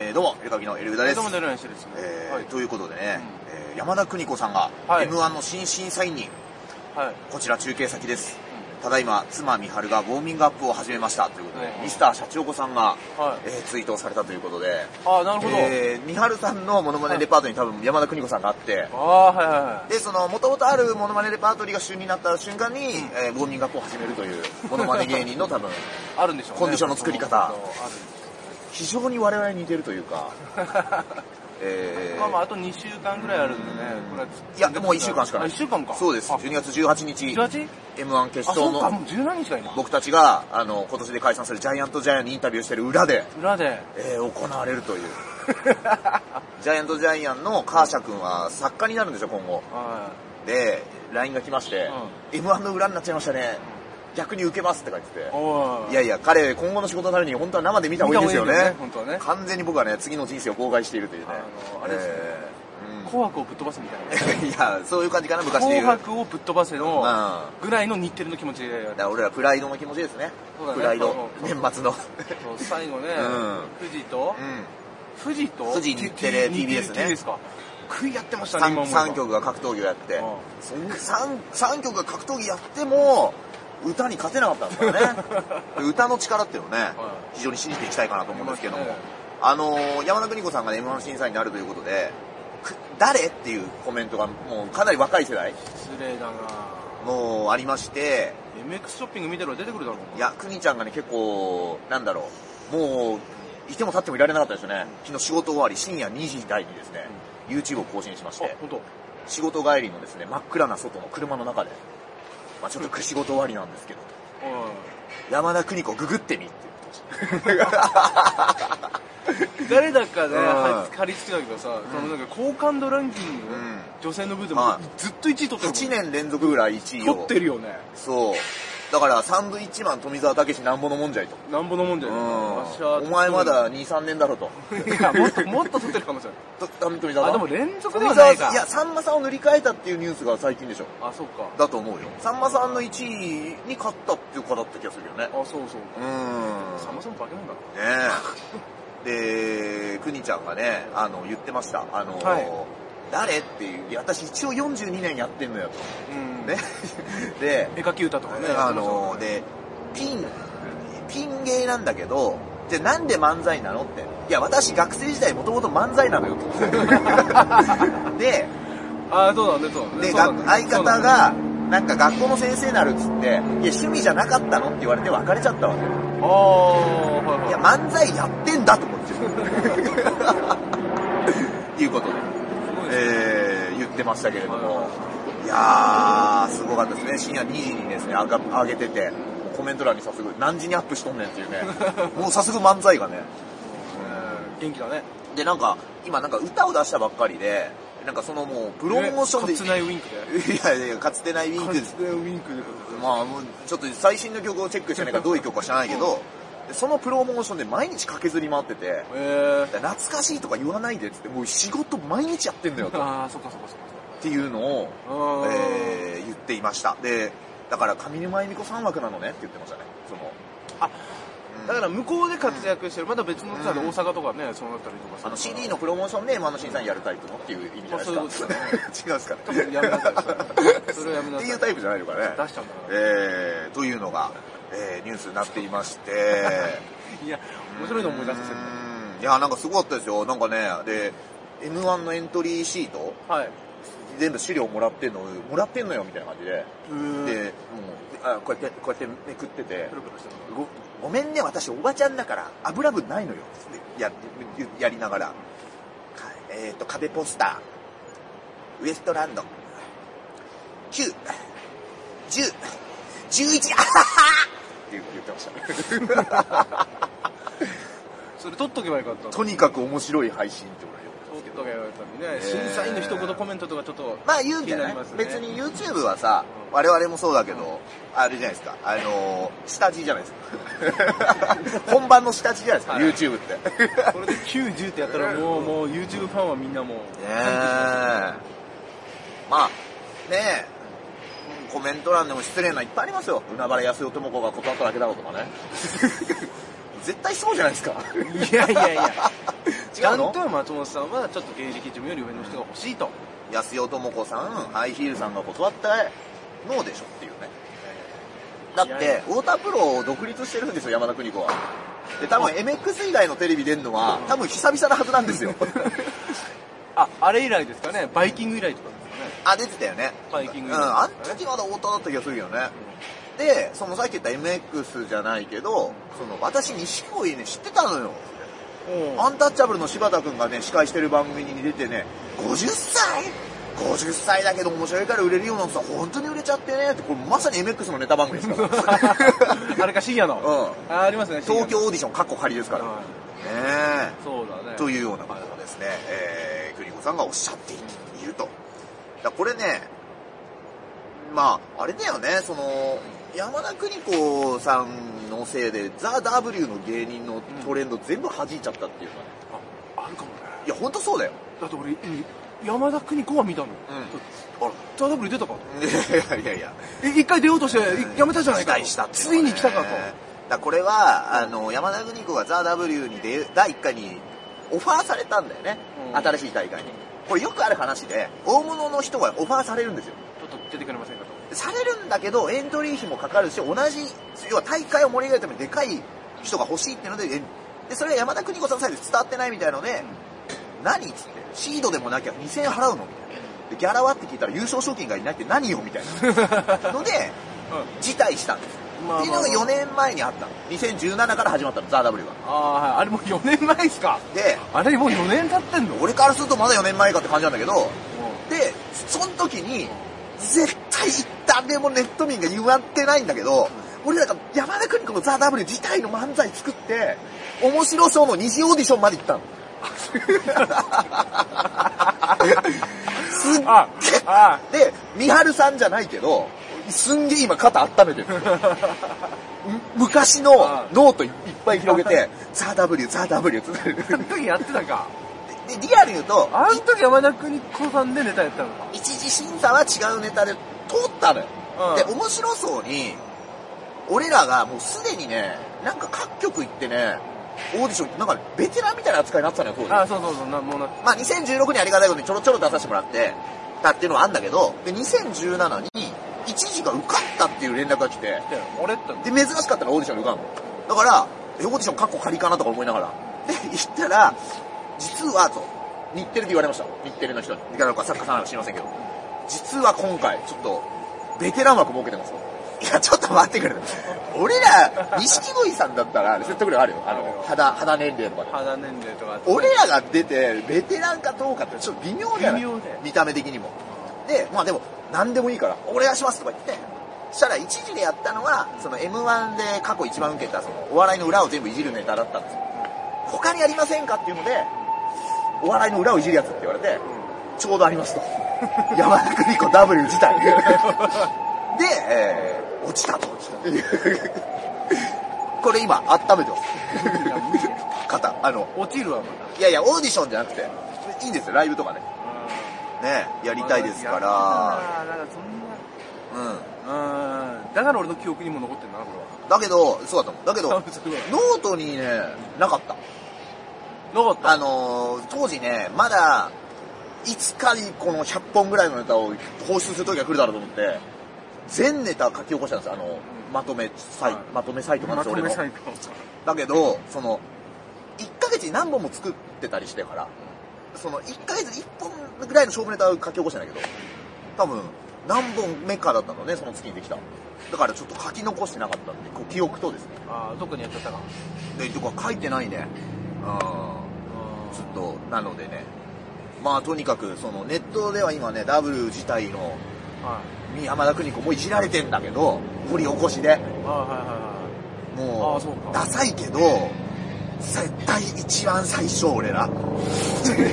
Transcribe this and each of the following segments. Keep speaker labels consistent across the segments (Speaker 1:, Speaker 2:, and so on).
Speaker 1: えーどうも、エルカビのエルベダです。
Speaker 2: どうも、ネロヤンシです。
Speaker 1: えー
Speaker 2: はい。
Speaker 1: ということでね、えー山田邦子さんが、
Speaker 2: はい
Speaker 1: M1 の新審査員に、
Speaker 2: はい。
Speaker 1: こちら中継先です。ただいま、妻美春がウォーミングアップを始めましたということで、ミスターシャチホコさんが、
Speaker 2: は
Speaker 1: え
Speaker 2: い
Speaker 1: ーツイートをされたということで、
Speaker 2: ああ、なるほど。
Speaker 1: えー、美春さんのモノマネレパートリーに多分山田邦子さんがあって
Speaker 2: あ、あ、はいはいは
Speaker 1: で、その、もともとあるモノマネレパートリーが旬になった瞬間に、えーウォーミングアップを始めるという、モノマネ芸人の多分、
Speaker 2: い。あるんでしょうね。
Speaker 1: コンディションの作り方
Speaker 2: あるんでしょ
Speaker 1: 非常に我々に似てるという か、えー
Speaker 2: うねまあまあ、あと2週間ぐらいあるんでね、これは。
Speaker 1: いや、もう1週間しかな
Speaker 2: あ、
Speaker 1: い。
Speaker 2: 1週間か。
Speaker 1: そうです。
Speaker 2: あ
Speaker 1: 12月18日、
Speaker 2: 18?
Speaker 1: M1 決
Speaker 2: あ、
Speaker 1: 勝
Speaker 2: そうか、も
Speaker 1: の
Speaker 2: う17日か、今。
Speaker 1: 僕たちが、あの、今年で解散するジャイアントジャイアンにインタビューしてる裏で、
Speaker 2: 裏で。
Speaker 1: えー行われると いう。ジャイアントジャイアンのカーシャ君は作家になるんですよ、今後。
Speaker 2: は
Speaker 1: で、LINE が来まして、M1 の裏になっちゃいましたね。逆に受けますって書いて
Speaker 2: い。
Speaker 1: て。
Speaker 2: おー
Speaker 1: いやいや、彼、今後の仕事のために本当は生で見た方がいいですよ
Speaker 2: 見た方がいい
Speaker 1: ね
Speaker 2: よね。本当はね
Speaker 1: 完全に僕はね、次の人生を妨害しているというね。
Speaker 2: あのあれですね
Speaker 1: えーうん
Speaker 2: 紅白をぶっ飛ばすみたいな ね。
Speaker 1: いや、そういう感じかな、昔で言
Speaker 2: 紅
Speaker 1: う。だか
Speaker 2: 白をぶっ飛ばせの
Speaker 1: う、
Speaker 2: ぐらいの日テレの気持ちでやる。
Speaker 1: ら俺らプライドの気持ちですね。
Speaker 2: そうだね
Speaker 1: プライド
Speaker 2: そう。
Speaker 1: 年末の。
Speaker 2: そう最後ね
Speaker 1: うん、
Speaker 2: 富士と、
Speaker 1: う
Speaker 2: 富士と、
Speaker 1: 富士日テレ TBS ね
Speaker 2: ですか。食いやってましたね、今
Speaker 1: ん。
Speaker 2: 思えば
Speaker 1: 3曲が格闘技をやって
Speaker 2: うん。
Speaker 1: 3, 三曲が格闘技やっても、歌に勝てなかったんだよ ね。歌の力っていうのをね、非常に信じていきたいかなと思うんですけども
Speaker 2: うん。
Speaker 1: あのー、山田邦子さんがね M1 審査員になるということで、く誰っていうコメントがもうかなり若い世代、
Speaker 2: 失礼だな
Speaker 1: もうありまして、
Speaker 2: MX ショッピング見てるら出てくるだろう
Speaker 1: いや、くにちゃんがね、結構、なんだろう、もう、いても立ってもいられなかったですよね。昨日仕事終わり、深夜2時台にですね、YouTube を更新しまし
Speaker 2: あ
Speaker 1: て、
Speaker 2: 本当。
Speaker 1: 仕事帰りのですね、真っ暗な外の車の中で、まあちょっと仕事終わりなんですけど、山田邦子ググってみって言ってました。
Speaker 2: うん誰だかね
Speaker 1: うん
Speaker 2: は貼り付けたけどさそのなんか好感度ランキング
Speaker 1: ん
Speaker 2: 女性の部で
Speaker 1: は
Speaker 2: も
Speaker 1: い
Speaker 2: ずっと1位取ってる
Speaker 1: 8年連続ぐらい1位を。
Speaker 2: 取ってるよね
Speaker 1: そう。だから、サンドイッチマン富澤たけしなんぼのもんじゃいと。
Speaker 2: なんぼのもんじゃ
Speaker 1: う
Speaker 2: ね
Speaker 1: ん
Speaker 2: わしは。
Speaker 1: お前まだ2、3年だろ と。
Speaker 2: いやもっともっと取ってるかもしれない
Speaker 1: と富澤は
Speaker 2: あでも連続で
Speaker 1: 富
Speaker 2: はな
Speaker 1: 澤
Speaker 2: いか
Speaker 1: いや、さんまさんを塗り替えたっていうニュースが最近でしょ。
Speaker 2: あそうか
Speaker 1: だと思うよ。さんまさんの1位に勝ったっていうかだった気がするけどね
Speaker 2: あ。そうそう
Speaker 1: う
Speaker 2: さん
Speaker 1: ーん。
Speaker 2: まさん化け物だな
Speaker 1: ねえ。で、くにちゃんがね、あの、言ってました。あの、
Speaker 2: はい
Speaker 1: 誰っていう、いや私一応42年やってんのよと。
Speaker 2: うん
Speaker 1: ね。 で、
Speaker 2: 絵描き歌とかね
Speaker 1: あの、で、ピン、ピン芸なんだけど、じゃあなんで漫才なのって。いや、私学生時代もともと漫才 なのよと。で、
Speaker 2: あそうだねそうだね
Speaker 1: で、
Speaker 2: そうだ
Speaker 1: が
Speaker 2: ね
Speaker 1: 相
Speaker 2: そうだ
Speaker 1: 方
Speaker 2: ね
Speaker 1: が、なんか学校の先生になるっつって、いや、趣味じゃなかったのって言われて別れちゃったわけよ。
Speaker 2: ああはいはい
Speaker 1: いや、漫才やってんだと思 ってる。いうことで、
Speaker 2: すごいですね
Speaker 1: えー、言ってましたけれど
Speaker 2: は
Speaker 1: も、いやー、すごかったですね。深夜2時にですね、あが上げてて、コメント欄に早速、何時にアップしとんねんって いうね、もう早速漫才がね。
Speaker 2: 元気だね
Speaker 1: で、なんか、今なんか歌を出したばっかりで、なんかそのもう、プロモーションで、
Speaker 2: ねかつないウィンクで
Speaker 1: いやいや、かつてないウィンクです
Speaker 2: ウィンクで
Speaker 1: まあ、もうちょっと最新の曲をチェックしてないからどういう曲か知らないけど、そのプロモーションで毎日駆けずり回ってて、
Speaker 2: えー
Speaker 1: 懐かしいとか言わないでっつって、もう仕事毎日やってんだよと
Speaker 2: ああそっかそっかそっ
Speaker 1: っていうのを、
Speaker 2: かえ
Speaker 1: えー言っていました。で、だから上沼恵美子3枠なのねって言ってましたね。その、
Speaker 2: ーだから向こうで活躍してるまた別のさ大阪とかねそうなったりとか
Speaker 1: あの CD のプロモーションで今の審査員やるタイプのっていう意味じゃない
Speaker 2: まあ
Speaker 1: です
Speaker 2: そう
Speaker 1: か
Speaker 2: いうこと。
Speaker 1: 違うんですかね。
Speaker 2: 多分やめなさいそれそれはやめな
Speaker 1: って
Speaker 2: さい
Speaker 1: いうタイプじゃないのかね。
Speaker 2: 出しちゃうんだから
Speaker 1: えーというのが、えーニュースになっていまして、
Speaker 2: いや面白いの思い出させるね
Speaker 1: うんいや、なんかすごかったですよ。なんかね、で、M1 のエントリーシート、
Speaker 2: はい
Speaker 1: 全部資料もらってんの、もらってんのよ、みたいな感じで。
Speaker 2: うーん
Speaker 1: で、もうあ、こうやって、こうやってめくってて
Speaker 2: ペ、ロペロしてるの
Speaker 1: ごごめんね、私、おばちゃんだから、油分ないのよ、つってや、やりながら。はいえっ、と、壁ポスター、ウエストランド、9、10、11、あははって言ってました。
Speaker 2: それ取っとけばよかった
Speaker 1: とにかく面白い配信ってことだよ。
Speaker 2: 取っとけばよかったのにね審査員の一言コメントとかちょっ と
Speaker 1: まあ言うんじゃない
Speaker 2: 気になりますね
Speaker 1: 別に YouTube はさ、我々もそうだけど、あれじゃないですか、あのー、下地じゃない ですか。本番の下地じゃないですか、
Speaker 2: はい
Speaker 1: YouTube って。ね
Speaker 2: これで90ってやったらもうもう YouTube ファンはみんなもう
Speaker 1: え。まあ、ねえ、コメント欄でも失礼ないっぱいありますよ。海原康代智子が断っ ただけだろうとかね。絶対そうじゃないですか。
Speaker 2: いやいやいや
Speaker 1: 違う
Speaker 2: なん
Speaker 1: の
Speaker 2: と松本さんはちょっと芸歴自分より上の人が欲しいと。
Speaker 1: 安代智子さん、ハイヒールさんが断ったのでしょっていうね。だって、
Speaker 2: いやいや
Speaker 1: 太田プロを独立してるんですよ、山田邦子は。で、多分 MX 以外のテレビ出るのは、多分久々なはずなんです よ。
Speaker 2: あ、あれ以来ですかね。バイキング以来とかですかね。
Speaker 1: あ、出てたよね。
Speaker 2: バイキング
Speaker 1: うん、あん時まだ太田だった気がするけどね。で、そのさっき言った MX じゃないけど、その私、錦鯉ね、知ってたのよ。
Speaker 2: うん
Speaker 1: アンタッチャブルの柴田くんがね、司会してる番組に出てね、50歳 ?50 歳だけど面白いから売れるようなんさ、本当に売れちゃってねって、これまさに MX のネタ番組ですから。
Speaker 2: あれか深夜 の。
Speaker 1: うん。
Speaker 2: あありますね。深夜の
Speaker 1: 東京オーディション、カッコ仮ですから。ね
Speaker 2: は
Speaker 1: え
Speaker 2: い。そうだね。
Speaker 1: というようなことをですね、えー、栗子さんがおっしゃっていると。だからこれね、まあ、あれだよね、その、山田邦子さんのせいで、ザ・ W の芸人のトレンド全部弾いちゃったっていうかね。
Speaker 2: ああるかもね。
Speaker 1: いや、ほんとそうだよ。
Speaker 2: だって俺、うん山田邦子は見たの。あら、ザ・ダブル出たかと。
Speaker 1: いやいやいや。
Speaker 2: え、一回出ようとして、いやめたじゃないか
Speaker 1: 辞退したってう
Speaker 2: つ
Speaker 1: の
Speaker 2: い
Speaker 1: がね
Speaker 2: に来たかと。
Speaker 1: だこれは、あの、山田邦子がザ・ W に出、第1回にオファーされたんだよね。
Speaker 2: うん
Speaker 1: 新しい大会に。これよくある話で、大物の人がオファーされるんですよ。
Speaker 2: ちょっと出てくれませんかと。
Speaker 1: されるんだけど、エントリー費もかかるし、同じ、要は大会を盛り上げるためにでかい人が欲しいっていうので、エンで、それが山田邦子さんサイズ伝わってないみたいので、何っつって、シードでもなきゃ2000円払うのみたいな。で、ギャラはって聞いたら優勝賞金がいないって何よみたいな。ので、 辞退したんですよ。
Speaker 2: まあ
Speaker 1: っていうのが4年前にあったの。2017から始まったの、ザ・ W が。
Speaker 2: ああ、はい。あれもう4年前ですか。
Speaker 1: で、
Speaker 2: あれもう4年経ってんの
Speaker 1: 俺からするとまだ4年前かって感じなんだけど、で、その時に、絶対誰もネット民が言わってないんだけど、俺らが山田邦子のザ・ W 自体の漫才作って、面白そうの二次オーディションまで行ったの。すっ
Speaker 2: あ、あ、
Speaker 1: で、三春さんじゃないけど、すんげえ今肩温めてる。む昔の
Speaker 2: あ
Speaker 1: ノートいっぱい広げて、ザ・ W、ザ・ W って。
Speaker 2: あの時やってたか。
Speaker 1: で、リアルに言うと、
Speaker 2: あの時山田邦子さんでネタやったのか。
Speaker 1: 一次審査は違うネタで通ったのよ。
Speaker 2: うん
Speaker 1: で、面白そうに、俺らがもうすでにね、なんか各局行ってね、オーディション行って、なんかベテランみたいな扱いになってたのよ、当時。
Speaker 2: あ、そうそうそう、な、もうな、
Speaker 1: まあ2016にありがたいことにちょろちょろ出させてもらってたっていうのはあんだけど、で、2017に一時が受かったっていう連絡が来て、
Speaker 2: 俺って
Speaker 1: で、珍しかったらオーディションに受かんの。だから、えオーディションカッコ仮かなとか思いながら。で、行ったら、実は、と、日テレで言われました。日テレの人に。だから僕は作家さんなのか知りませんけど。実は今回、ちょっと、ベテラン枠設けてます。いや、ちょっと待ってくれ。俺ら、錦鯉さんだったら、説得力あるよ。あ
Speaker 2: ある
Speaker 1: の
Speaker 2: よ、
Speaker 1: 肌、肌年齢とかで。
Speaker 2: 肌年齢とかあ って。
Speaker 1: 俺らが出て、ベテランかどうかってちょっと微妙じゃない
Speaker 2: 微妙だよ
Speaker 1: 見た目的にも。で、まあでも、何でもいいから、お願いしますとか言って、そしたら一時でやったのは、その M1 で過去一番受けた、そのお笑いの裏を全部いじるネタだったんですよ。他にありませんかっていうので、お笑いの裏をいじるやつって言われて、ちょうどあり ますと。山田邦子 W 自体。で、えー落ちた と。これ今、温めてます。
Speaker 2: いや無理だよ
Speaker 1: 肩、あの、
Speaker 2: 落ちるわ、まだ。
Speaker 1: いやいや、オーディションじゃなくて、いいんですよ、ライブとかね。ね、やりたいですか
Speaker 2: あ
Speaker 1: ら。
Speaker 2: ーなんかそんな。
Speaker 1: うん。
Speaker 2: うんだから俺の記憶にも残ってんだな、こ
Speaker 1: だけど、そうだと思う。だけ ど、
Speaker 2: れは
Speaker 1: ノ。ートにね、なかった。
Speaker 2: なかっ
Speaker 1: あのー、当時ね、まだ、いつかにこの100本ぐらいのネタを放出する時が来るだろうと思って、全ネタ書き起こしたんですよ、あの、まとめサイト
Speaker 2: はい、
Speaker 1: まとめサイト
Speaker 2: た。
Speaker 1: なんですよ、俺の。
Speaker 2: イト。
Speaker 1: だけど、その、1ヶ月に何本も作ってたりしてから、その、1ヶ月1本ぐらいの勝負ネタを書き起こしてんだけど、多分、何本目かだったのね、その月にできたの。だからちょっと書き残してなかったんで、こう記憶とですね。
Speaker 2: ああ、どっかにやっちゃったか。
Speaker 1: で、とか書いてないね。うん。ちょっと、なのでね。まあ、とにかく、その、ネットでは今ね、ダブル自体の、
Speaker 2: はい。
Speaker 1: 山田邦子もいじられてんだけど、掘り起こしで。
Speaker 2: あーはいはあ
Speaker 1: も
Speaker 2: あそう
Speaker 1: う、
Speaker 2: か
Speaker 1: ダサいけど、絶対一番最初俺ら。
Speaker 2: いはい。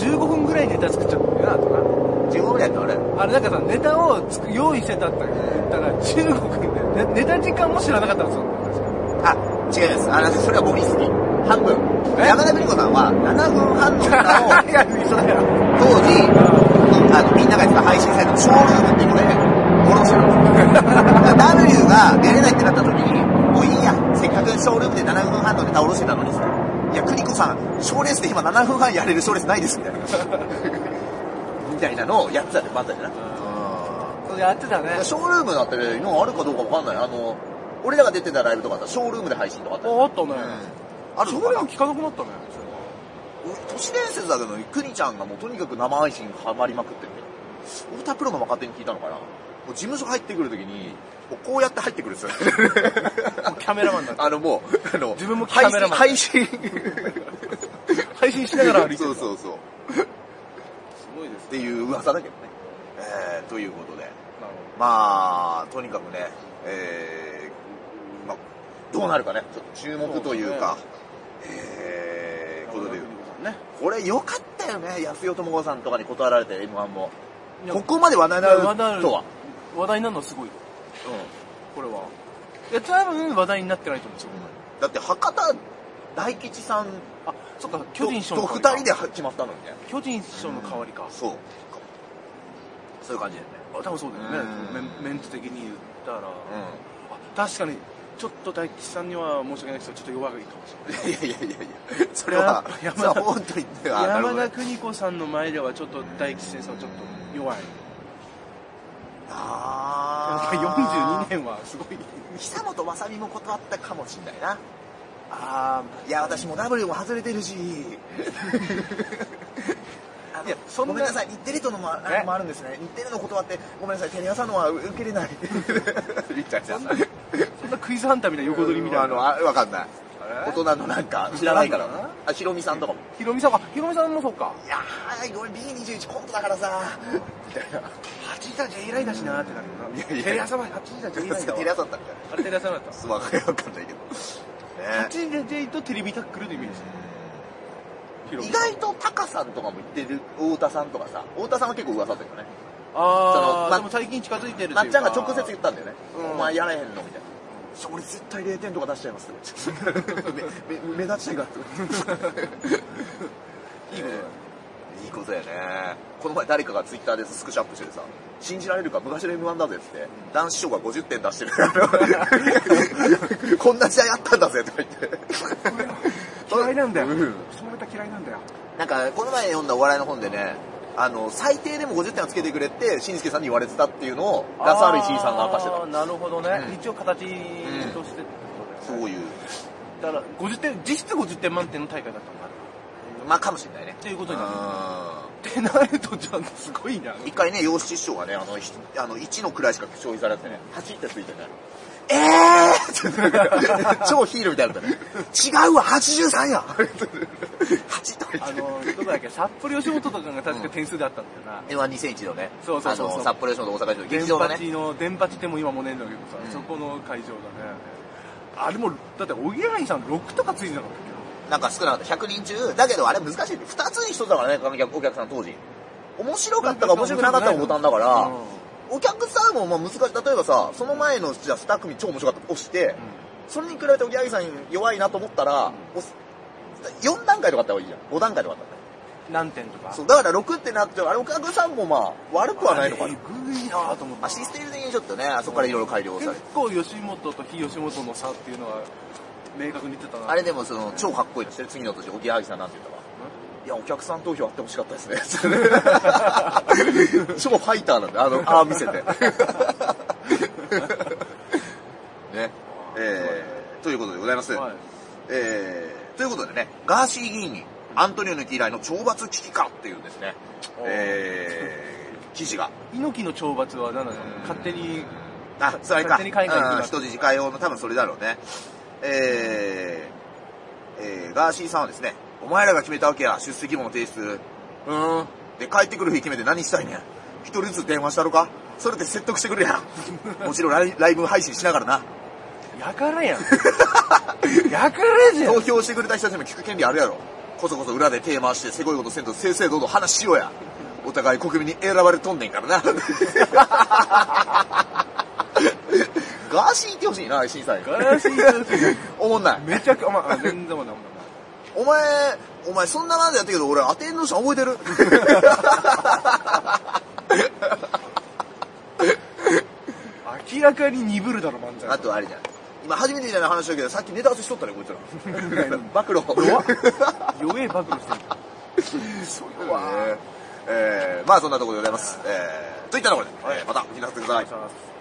Speaker 2: 15分ぐらいネタ作っちゃったんだよな、と
Speaker 1: 15分ぐらいやったの
Speaker 2: か。あれ、なんかさ、ネタをつく用意してたって言ったら、中国で、ねネタ時間も知らなかったんですよ、確か
Speaker 1: あ、違います。あの、それは僕言い過ぎ。半分。山田邦子さんは7分半の 歌を
Speaker 2: いや、嘘だよ。
Speaker 1: 当時、あの、みんながやってた配信サイトのショールームっていうので、下ろしてるんですよ。だから W が出れないってなった時に、もういいや、せっかくショールームで7分半のネタ下ろしてたのに、いや、クリコさん、賞レースで今7分半やれる賞レースないです、みたいな。みたいなのをやってたってバンタじゃな。
Speaker 2: それやってたね
Speaker 1: ショールームだって、今あるかどうかわかんない。あの、俺らが出てたライブとかあったらショールームで配信とかあった
Speaker 2: ああったね、
Speaker 1: ある
Speaker 2: そ
Speaker 1: のか
Speaker 2: れで
Speaker 1: な
Speaker 2: も聞かなくなったね
Speaker 1: 都市伝説だけど、クニちゃんがもうとにかく生配信ハマりまくってるね。太田プロの若手に聞いたのかなもう事務所入ってくるときに、もうこうやって入ってくるんですよ。
Speaker 2: もうキャメラマンだった
Speaker 1: あのもう、あの、
Speaker 2: 自分もカメラマン
Speaker 1: 配信、配信
Speaker 2: 配信しながら歩いて
Speaker 1: そう
Speaker 2: う
Speaker 1: そうそう。っ
Speaker 2: すごいです
Speaker 1: ていう噂だけどね。えー、ということで。
Speaker 2: なる
Speaker 1: まあ、とにかくね、えー、まあ、どうなるかね、ちょっと注目というか、えー、
Speaker 2: ほ
Speaker 1: こ
Speaker 2: ど
Speaker 1: とで、
Speaker 2: ね
Speaker 1: これ良かったよね、安代智子さんとかに断られて、M1 も。
Speaker 2: いや
Speaker 1: ここまで話題になる
Speaker 2: 話題に
Speaker 1: とは。
Speaker 2: 話題になるのはすごいよ
Speaker 1: う
Speaker 2: これはいや多分話題になってないと思うんですよ
Speaker 1: ん。だって、博多大吉さん
Speaker 2: あそっか
Speaker 1: と
Speaker 2: 巨人師匠の
Speaker 1: と
Speaker 2: 代わ
Speaker 1: 二
Speaker 2: りか
Speaker 1: 人で決まったのにね。
Speaker 2: 巨人師匠の代わりか、
Speaker 1: そう。そういう感じだよね。
Speaker 2: あ多分そうだよね
Speaker 1: うん
Speaker 2: メンメンツ的に言ったら、
Speaker 1: う
Speaker 2: あ確かにちょっと大吉さんには申し訳ないですけどちょっと弱いかもしれない
Speaker 1: ん。いや いやいやいや、それは、
Speaker 2: 山
Speaker 1: それは本当に、あなるほど
Speaker 2: 山
Speaker 1: ね
Speaker 2: 田邦子さんの前ではちょっと大吉先生はちょっと弱い
Speaker 1: あー
Speaker 2: 42年はす ごい
Speaker 1: 久本まさみも断ったかもしんないな。
Speaker 2: あ
Speaker 1: いや、私も W も外れてるし。 あの
Speaker 2: いやそんな
Speaker 1: ごめんなさい、日テレとのもあ
Speaker 2: ね
Speaker 1: のもあるんですね。日テレの断って、ごめんなさい、テレ朝のは受けれない。りっちゃん
Speaker 2: そんなそんなクイズハンターみたいな横取りみたいな
Speaker 1: あの、あわかんない。
Speaker 2: え
Speaker 1: 大人のなんか、知らないから
Speaker 2: 知らないか。
Speaker 1: あ、ひろみさんとかも。
Speaker 2: ヒロミさんあヒロミさんもそうか
Speaker 1: いやー、ごめん、B21 コントだからさ。みたい な。
Speaker 2: 8時だ J ライだしなーってなるよな
Speaker 1: やい
Speaker 2: い
Speaker 1: や
Speaker 2: テレ朝まで8時だ J ライだわ
Speaker 1: テレ朝だったみたい
Speaker 2: あれテレ朝だった
Speaker 1: な。すまん、わかんないけど。
Speaker 2: 8
Speaker 1: ね
Speaker 2: 時だ J とテレビタックルのイメージヒロミ
Speaker 1: 意外とタカさんとかも言ってる、太田さんとかさ。太田さんは結構噂だったよね。その
Speaker 2: あ
Speaker 1: ま
Speaker 2: あでも最近近づいてるっていうか
Speaker 1: まっちゃんが直接言ったんだよね。
Speaker 2: うん
Speaker 1: お前やらへんのみたいな。それ絶対0点とか出しちゃいますって。 めめ目立ちたいからって。
Speaker 2: い
Speaker 1: い
Speaker 2: いことだよ
Speaker 1: いことだよね。この前誰かがツイッターでスクショアップしててさ、信じられるか昔の M1 だぜっつって、男子師匠が50点出してるから、 こんな時代あったんだぜとか言って。
Speaker 2: 嫌いなんだよ、
Speaker 1: う
Speaker 2: そのネタ嫌いなんだよ
Speaker 1: なんか、この前読んだお笑いの本でね、あの、最低でも50点はつけてくれって、しんすけさんに言われてたっていうのを、ラサール石井さんが明かして
Speaker 2: あー
Speaker 1: た。
Speaker 2: なるほどね、
Speaker 1: うん
Speaker 2: 一応形として、
Speaker 1: そういう、
Speaker 2: だから50点実質50点満点の大会だったんだっ
Speaker 1: まあかもしれないね。
Speaker 2: ていうことになる
Speaker 1: うん
Speaker 2: ってなるとじゃあすごいな
Speaker 1: 一回ね、洋七師匠がね、あの、ひあの1の位しか消費されてね、8ってついてね、えーって、超ヒールみたいだったね。違うわ、83や !8 とか言
Speaker 2: あ
Speaker 1: って。
Speaker 2: のどこだっけ札幌吉本とかが確か点数であったんだよな、
Speaker 1: M12001 のね、
Speaker 2: そうそうそうそう
Speaker 1: あの、札幌吉本大阪吉本、
Speaker 2: 電
Speaker 1: 劇場のね、
Speaker 2: 波の電波地でも今もねえんだけどさ、
Speaker 1: うん
Speaker 2: そこの会場だねあれもだっておぎやはぎさん6とかついてなかった
Speaker 1: な
Speaker 2: っ
Speaker 1: んか少なかった。100人中、だけどあれ難しい。2つに1つだからね、観客お客さん当時。面白
Speaker 2: け
Speaker 1: かったか面白くなかったかボタンだから、
Speaker 2: うん
Speaker 1: お客さんもまあ難しい。例えばさ、その前のじゃあ2組超面白かった押して、それに比べておぎやはぎさん弱いなと思ったら、おす4段階とかあった方がいいじゃん。5段階とかあったらね
Speaker 2: 何点とか
Speaker 1: そう、だから6ってなって、あれお客さんもまあ、悪くはないのか
Speaker 2: あれ
Speaker 1: な
Speaker 2: え。ぐいなと思った
Speaker 1: アシステム的にちょっとね、あそこからいろいろ改良さ
Speaker 2: 結
Speaker 1: れて。
Speaker 2: 構吉本と非吉本の差っていうのは明確に言ってたな
Speaker 1: あれでもその、超かっこいいのしてる次の年、おぎやはぎさんなんて言ったか。いや、お客さん投票あってほしかった ですね。超ファイターなんで、あの、ああ見 せて。ね。えー、ということでございます。
Speaker 2: はい
Speaker 1: えー、ということでね、ガーシー議員にアントニオ抜き以来の懲罰危機かっていうですね、
Speaker 2: おー
Speaker 1: えー、記事が。
Speaker 2: 猪木の懲罰は何だろう勝手に
Speaker 1: あ、それか。
Speaker 2: 勝手に海外に行く
Speaker 1: うん、人質解放の多分それだろうね。えー、えー、ガーシーさんはですね、お前らが決めたわけや、出席簿の提出。うーん。で、帰ってくる日決めて何したいねん。一人ずつ電話したろかそれで説得してくれ や。もちろんライライブ配信しながらな。
Speaker 2: やからやん やから じゃん
Speaker 1: 投票してくれた人たちも聞く権利あるやろ。こそこそ裏で手回して、せこいことせんと正々堂々話しようや。お互い国民に選ばれとんねんからな。 ガーシー行ってほしいな、審査員。
Speaker 2: ガラシーが
Speaker 1: おもんない。
Speaker 2: めちゃくちゃまあ全然まだまだ
Speaker 1: お前、お前そんなまでやったけど、俺アテンドーション覚えてる
Speaker 2: 明らかに鈍るだろ漫才
Speaker 1: あとあれじゃん。今初めてみたいな話だけど、さっきネタ合わせしとったね、こいつら。 暴露。
Speaker 2: 弱っ弱え暴露してる
Speaker 1: そういうわ。えー、まあそんなところでございます。えー、といったところで、えーまたお聞きなさってください。
Speaker 2: ありがとうございます